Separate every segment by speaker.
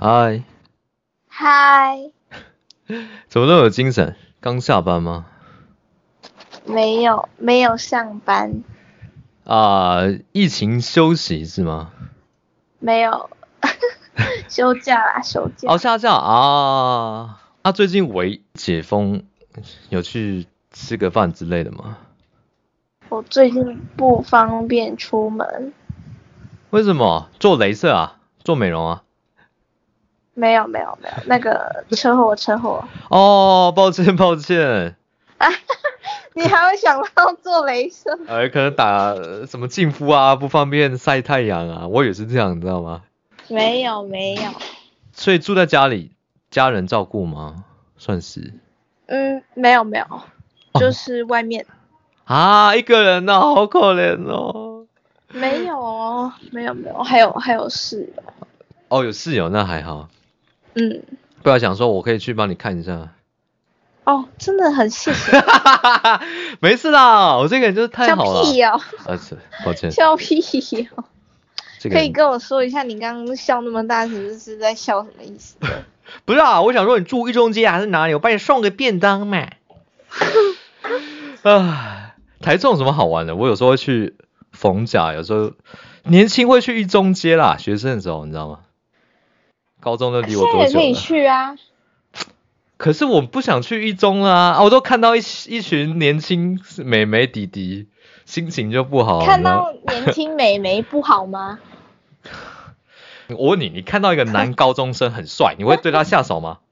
Speaker 1: 嗨，
Speaker 2: 嗨，
Speaker 1: 怎么那么有精神？刚下班吗？
Speaker 2: 没有没有上班，
Speaker 1: 啊，疫情休息是吗？
Speaker 2: 没有 休假啦，休假。
Speaker 1: 哦，下架啊！啊，最近微解封，有去吃个饭之类的吗？
Speaker 2: 我最近不方便出门，
Speaker 1: 为什么做镭射啊？做美容啊？
Speaker 2: 没有没有没有，那个车祸车祸，
Speaker 1: 哦，抱歉抱歉，
Speaker 2: 你还会想到做镭射？
Speaker 1: 呃，可能打呃什么净肤啊，不方便晒太阳啊，我也是这样，你知道吗？
Speaker 2: 没有没有，
Speaker 1: 所以住在家里，家人照顾吗？算是
Speaker 2: 嗯，没有没有，就是外面、
Speaker 1: 啊，一个人呐、好可怜哦。
Speaker 2: 没有哦，没有没有，还有还有室友，
Speaker 1: 哦，有室友那还好，
Speaker 2: 嗯，
Speaker 1: 不然想说我可以去帮你看一下。
Speaker 2: 哦，真的很谢谢，
Speaker 1: 没事啦，我这个人就是太
Speaker 2: 笑
Speaker 1: 好了。
Speaker 2: 屁哦，
Speaker 1: 啊，是，抱歉，
Speaker 2: 笑屁哦。
Speaker 1: 这个
Speaker 2: 可以
Speaker 1: 人
Speaker 2: 跟我说一下，你刚刚笑那么大声是是在笑什么意思？
Speaker 1: 不是啊，我想说你住一中街还是哪里？我帮你送个便当嘛。啊，台中有什么好玩的？我有时候会去逢甲，有时候年轻会去一中街啦，学生的时候你知道吗？高中 都离
Speaker 2: 现
Speaker 1: 我
Speaker 2: 在
Speaker 1: 多
Speaker 2: 也
Speaker 1: 久
Speaker 2: 可以
Speaker 1: 了？
Speaker 2: 去啊，
Speaker 1: 可是我不想去一中啊！啊我都看到一一群年轻美眉弟弟，心情就不好。
Speaker 2: 看
Speaker 1: 你知道吗
Speaker 2: 到年轻美眉不好吗？
Speaker 1: 我问你，你看到一个男高中生很 帅，你会对他下手吗？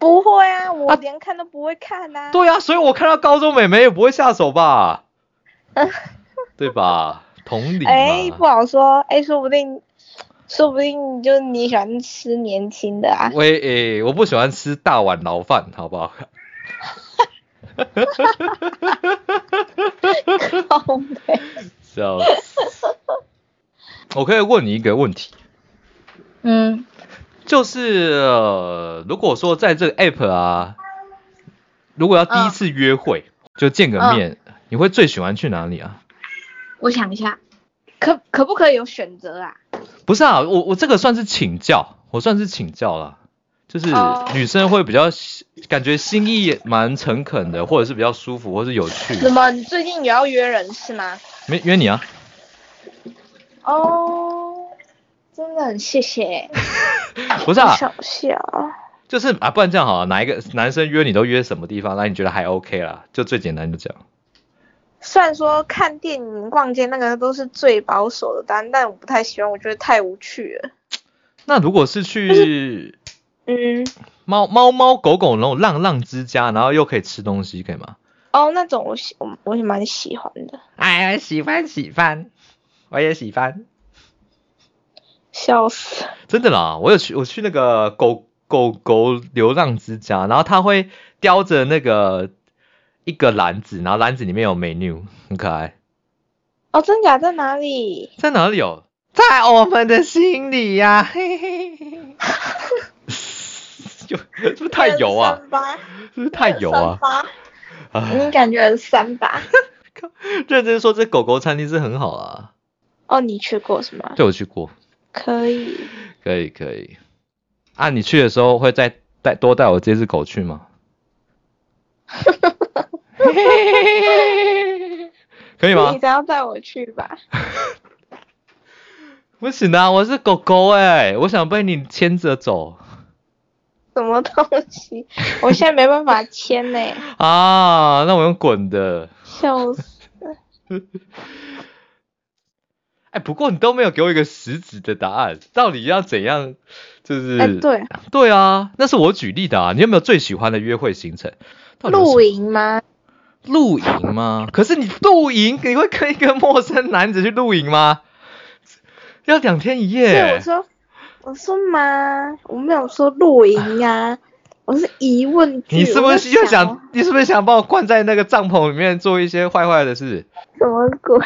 Speaker 2: 不会啊，我
Speaker 1: 啊
Speaker 2: 连看都不会看呐、啊。
Speaker 1: 对啊，所以我看到高中美眉也不会下手吧？对吧？同理
Speaker 2: 哎、不
Speaker 1: 嘛。
Speaker 2: 好说，哎、说不定，说不定就是你喜欢吃年轻的啊。
Speaker 1: 喂，诶、我不喜欢吃大碗牢饭，好不好？
Speaker 2: 靠北
Speaker 1: 笑 死。我可以问你一个问题，
Speaker 2: 嗯，
Speaker 1: 就是、呃、如果说在这个 app 啊，如果要第一次约会，就见个面，你会最喜欢去哪里啊？
Speaker 2: 我想一下，可可不可以有选择啊？
Speaker 1: 不是啊，我我这个算是请教，我算是请教啦，就是
Speaker 2: 哦
Speaker 1: 女生会比较喜感觉心意蛮诚恳的，或者是比较舒服，或是有趣。
Speaker 2: 怎么，你最近有要约人是吗？
Speaker 1: 没约你啊？
Speaker 2: 哦，真的很谢谢。
Speaker 1: 不是啊，
Speaker 2: 小笑啊。
Speaker 1: 就是啊，不然这样好了，哪一个男生约你都约什么地方？那你觉得还 OK 啦？就最简单就这样。
Speaker 2: 虽然说看电影、逛街那个都是最保守的单，但我不太喜欢，我觉得太无趣了。
Speaker 1: 那如果是去
Speaker 2: 嗯，
Speaker 1: 猫猫猫狗狗那种浪浪之家，然后又可以吃东西，可以吗？
Speaker 2: 哦，那种我喜我我也蛮喜欢的。
Speaker 1: 哎呀，喜欢喜欢，我也喜欢。
Speaker 2: 笑死！
Speaker 1: 真的啦，我有去，我去那个狗狗狗流浪之家，然后它会叼着那个一个篮子，然后篮子里面有 menu，很可爱。
Speaker 2: 哦，真假在哪里？
Speaker 1: 在哪里有？在我们的心里呀、嘿嘿嘿。有是不是太油啊？
Speaker 2: 三八，
Speaker 1: 是不是太油啊？
Speaker 2: 三
Speaker 1: 啊
Speaker 2: 八，你感觉很三八？
Speaker 1: 认真说，这狗狗餐厅是很好啊。
Speaker 2: 哦，你去过是吗？
Speaker 1: 对，我去过，
Speaker 2: 可以。
Speaker 1: 可以可以。啊，你去的时候会再带多带我这只狗去 吗？可以吗
Speaker 2: 你？才要带我去吧？
Speaker 1: 不行啊，我是狗狗哎、我想被你牵着走
Speaker 2: 什么东西？我现在没办法 签呢、
Speaker 1: 啊！那我用滚的。
Speaker 2: 笑死！
Speaker 1: 哎、不过你都没有给我一个实质的答案，到底要怎样？就是、
Speaker 2: 哎、对，
Speaker 1: 对啊，那是我举例的啊。你有没有最喜欢的约会行程？到底有什么
Speaker 2: 露营吗？
Speaker 1: 露营吗？可是你露营，你会跟一个陌生男子去露营吗？要两天一
Speaker 2: 对，我
Speaker 1: 夜。
Speaker 2: 说，我说妈，我没有说露营 啊，我是疑问句。
Speaker 1: 你是不
Speaker 2: 我
Speaker 1: 是
Speaker 2: 就
Speaker 1: 又
Speaker 2: 想哦
Speaker 1: 想？你是不是想把我关在那个帐篷里面做一些坏坏的 事？
Speaker 2: 什么鬼？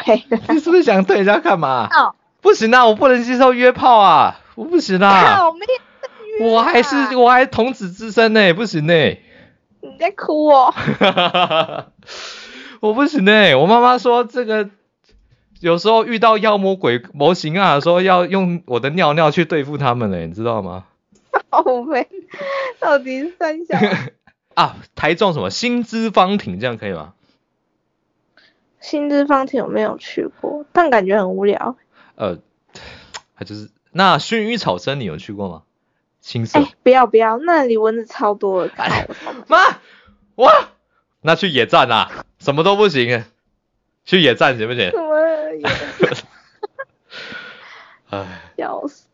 Speaker 1: 你是不是想对人家干嘛？
Speaker 2: 哦，
Speaker 1: 不行啊，我不能接受约炮啊！我不行啊，
Speaker 2: 靠，没有啊
Speaker 1: 我还是我还童子之身呢、不行呢、
Speaker 2: 你在 哭哦？
Speaker 1: 欸我不行呢、我妈妈说这个有时候遇到妖魔鬼模型啊，说要用我的尿尿去对付他们嘞、欸你知道吗？
Speaker 2: 好呗，哦到底是三 小
Speaker 1: 啊，台中什么新资方挺这样可以吗？
Speaker 2: 新之方庭我没有去过，但感觉很无聊。
Speaker 1: 呃，它就是那薰衣草森你有去过吗？青色
Speaker 2: 哎、不要不要，那里蚊子超多的，
Speaker 1: 哎妈，哇，那去野战啊，什么都不行欸，去野战行不行
Speaker 2: 什？么也
Speaker 1: 哎，
Speaker 2: 笑死。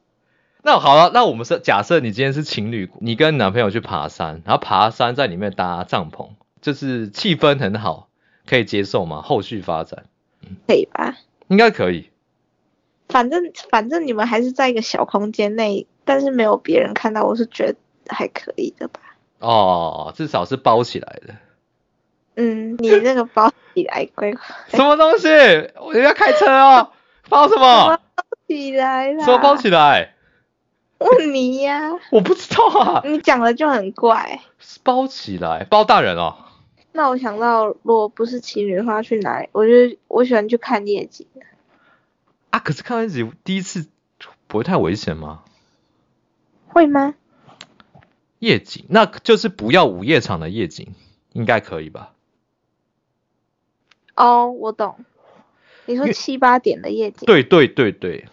Speaker 1: 那好了，那我们是假设你今天是情侣，你跟男朋友去爬山，然后爬山在里面搭帐篷，就是气氛很好，可以接受吗？后续发展
Speaker 2: 可以吧？
Speaker 1: 应该可以。
Speaker 2: 反正反正你们还是在一个小空间内，但是没有别人看到，我是觉得还可以的吧。
Speaker 1: 哦，至少是包起来的。
Speaker 2: 嗯，你那个包起来归
Speaker 1: 什么东西？我要开车哦，包什么？
Speaker 2: 起来啦，
Speaker 1: 什么包起来？
Speaker 2: 问你呀、
Speaker 1: 我不知道啊。
Speaker 2: 你讲的就很怪。
Speaker 1: 包起来，包大人哦。
Speaker 2: 那我想到，如果不是情侣的话，去哪里？我就我喜欢去看夜景，
Speaker 1: 啊，可是看完自己第一次不会太危险吗？
Speaker 2: 会吗？
Speaker 1: 夜景，那就是不要午夜场的夜景，应该可以吧？
Speaker 2: 哦、我懂。你说
Speaker 1: 因为
Speaker 2: 七八点的夜景，
Speaker 1: 对对对对，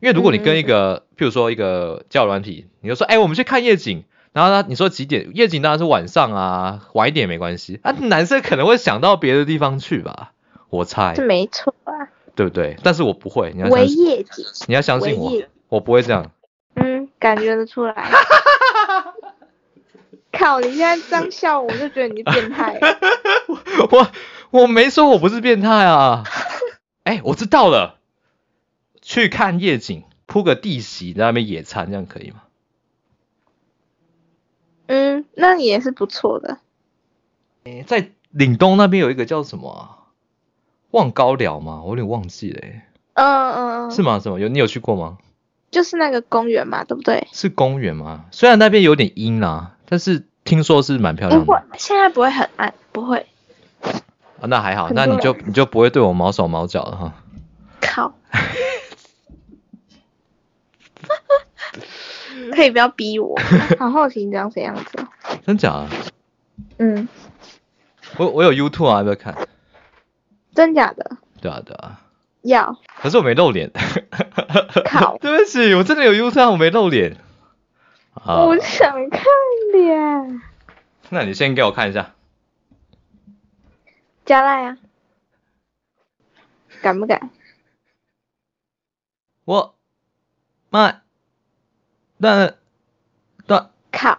Speaker 1: 因为如果你跟一
Speaker 2: 嗯
Speaker 1: 个，譬如说一个交友软体，你就说，哎、我们去看夜景，然后呢，你说几点？夜景当然是晚上啊，晚一点没关系。啊，男生可能会想到别的地方去吧，我猜
Speaker 2: 是，没错啊，
Speaker 1: 对不对？但是我不会，你要
Speaker 2: 微
Speaker 1: 相信，
Speaker 2: 夜景，
Speaker 1: 你要相信
Speaker 2: 微
Speaker 1: 我
Speaker 2: 夜，
Speaker 1: 我不会这样。
Speaker 2: 嗯，感觉得出 来。靠，你现在这样笑我，我就觉得你是变态了。
Speaker 1: 我我没说我不是变态啊。哎、我知道了，去看夜景，铺个地席在那边野餐，这样可以吗？
Speaker 2: 嗯，那也是不错的。
Speaker 1: 哎、在岭东那边有一个叫什么、啊、望高寮吗？我有点忘记了、欸，
Speaker 2: 嗯嗯嗯，
Speaker 1: 是吗？是吗？有你有去过吗？
Speaker 2: 就是那个公园嘛，对不对？
Speaker 1: 是公园吗？虽然那边有点阴啊，但是听说是蛮漂亮
Speaker 2: 不
Speaker 1: 的
Speaker 2: 会。，现在不会很暗，不会。
Speaker 1: 啊那还好，
Speaker 2: 很
Speaker 1: 那
Speaker 2: 多
Speaker 1: 你就你就不会对我毛手毛脚了哈。
Speaker 2: 靠， 可以不要逼我，好好奇你长什么样子哦。
Speaker 1: 真假啊？
Speaker 2: 嗯，
Speaker 1: 我我有 YouTube 啊，要不要看？
Speaker 2: 真假的？
Speaker 1: 对啊对啊。
Speaker 2: 要
Speaker 1: 可是我没露脸。
Speaker 2: 靠
Speaker 1: 对不起，我真的有 U 上，我没露脸。啊，
Speaker 2: 我想看脸。
Speaker 1: 那你先给我看一下。
Speaker 2: 加赖啊，敢不敢？
Speaker 1: 我妈，那那
Speaker 2: 靠，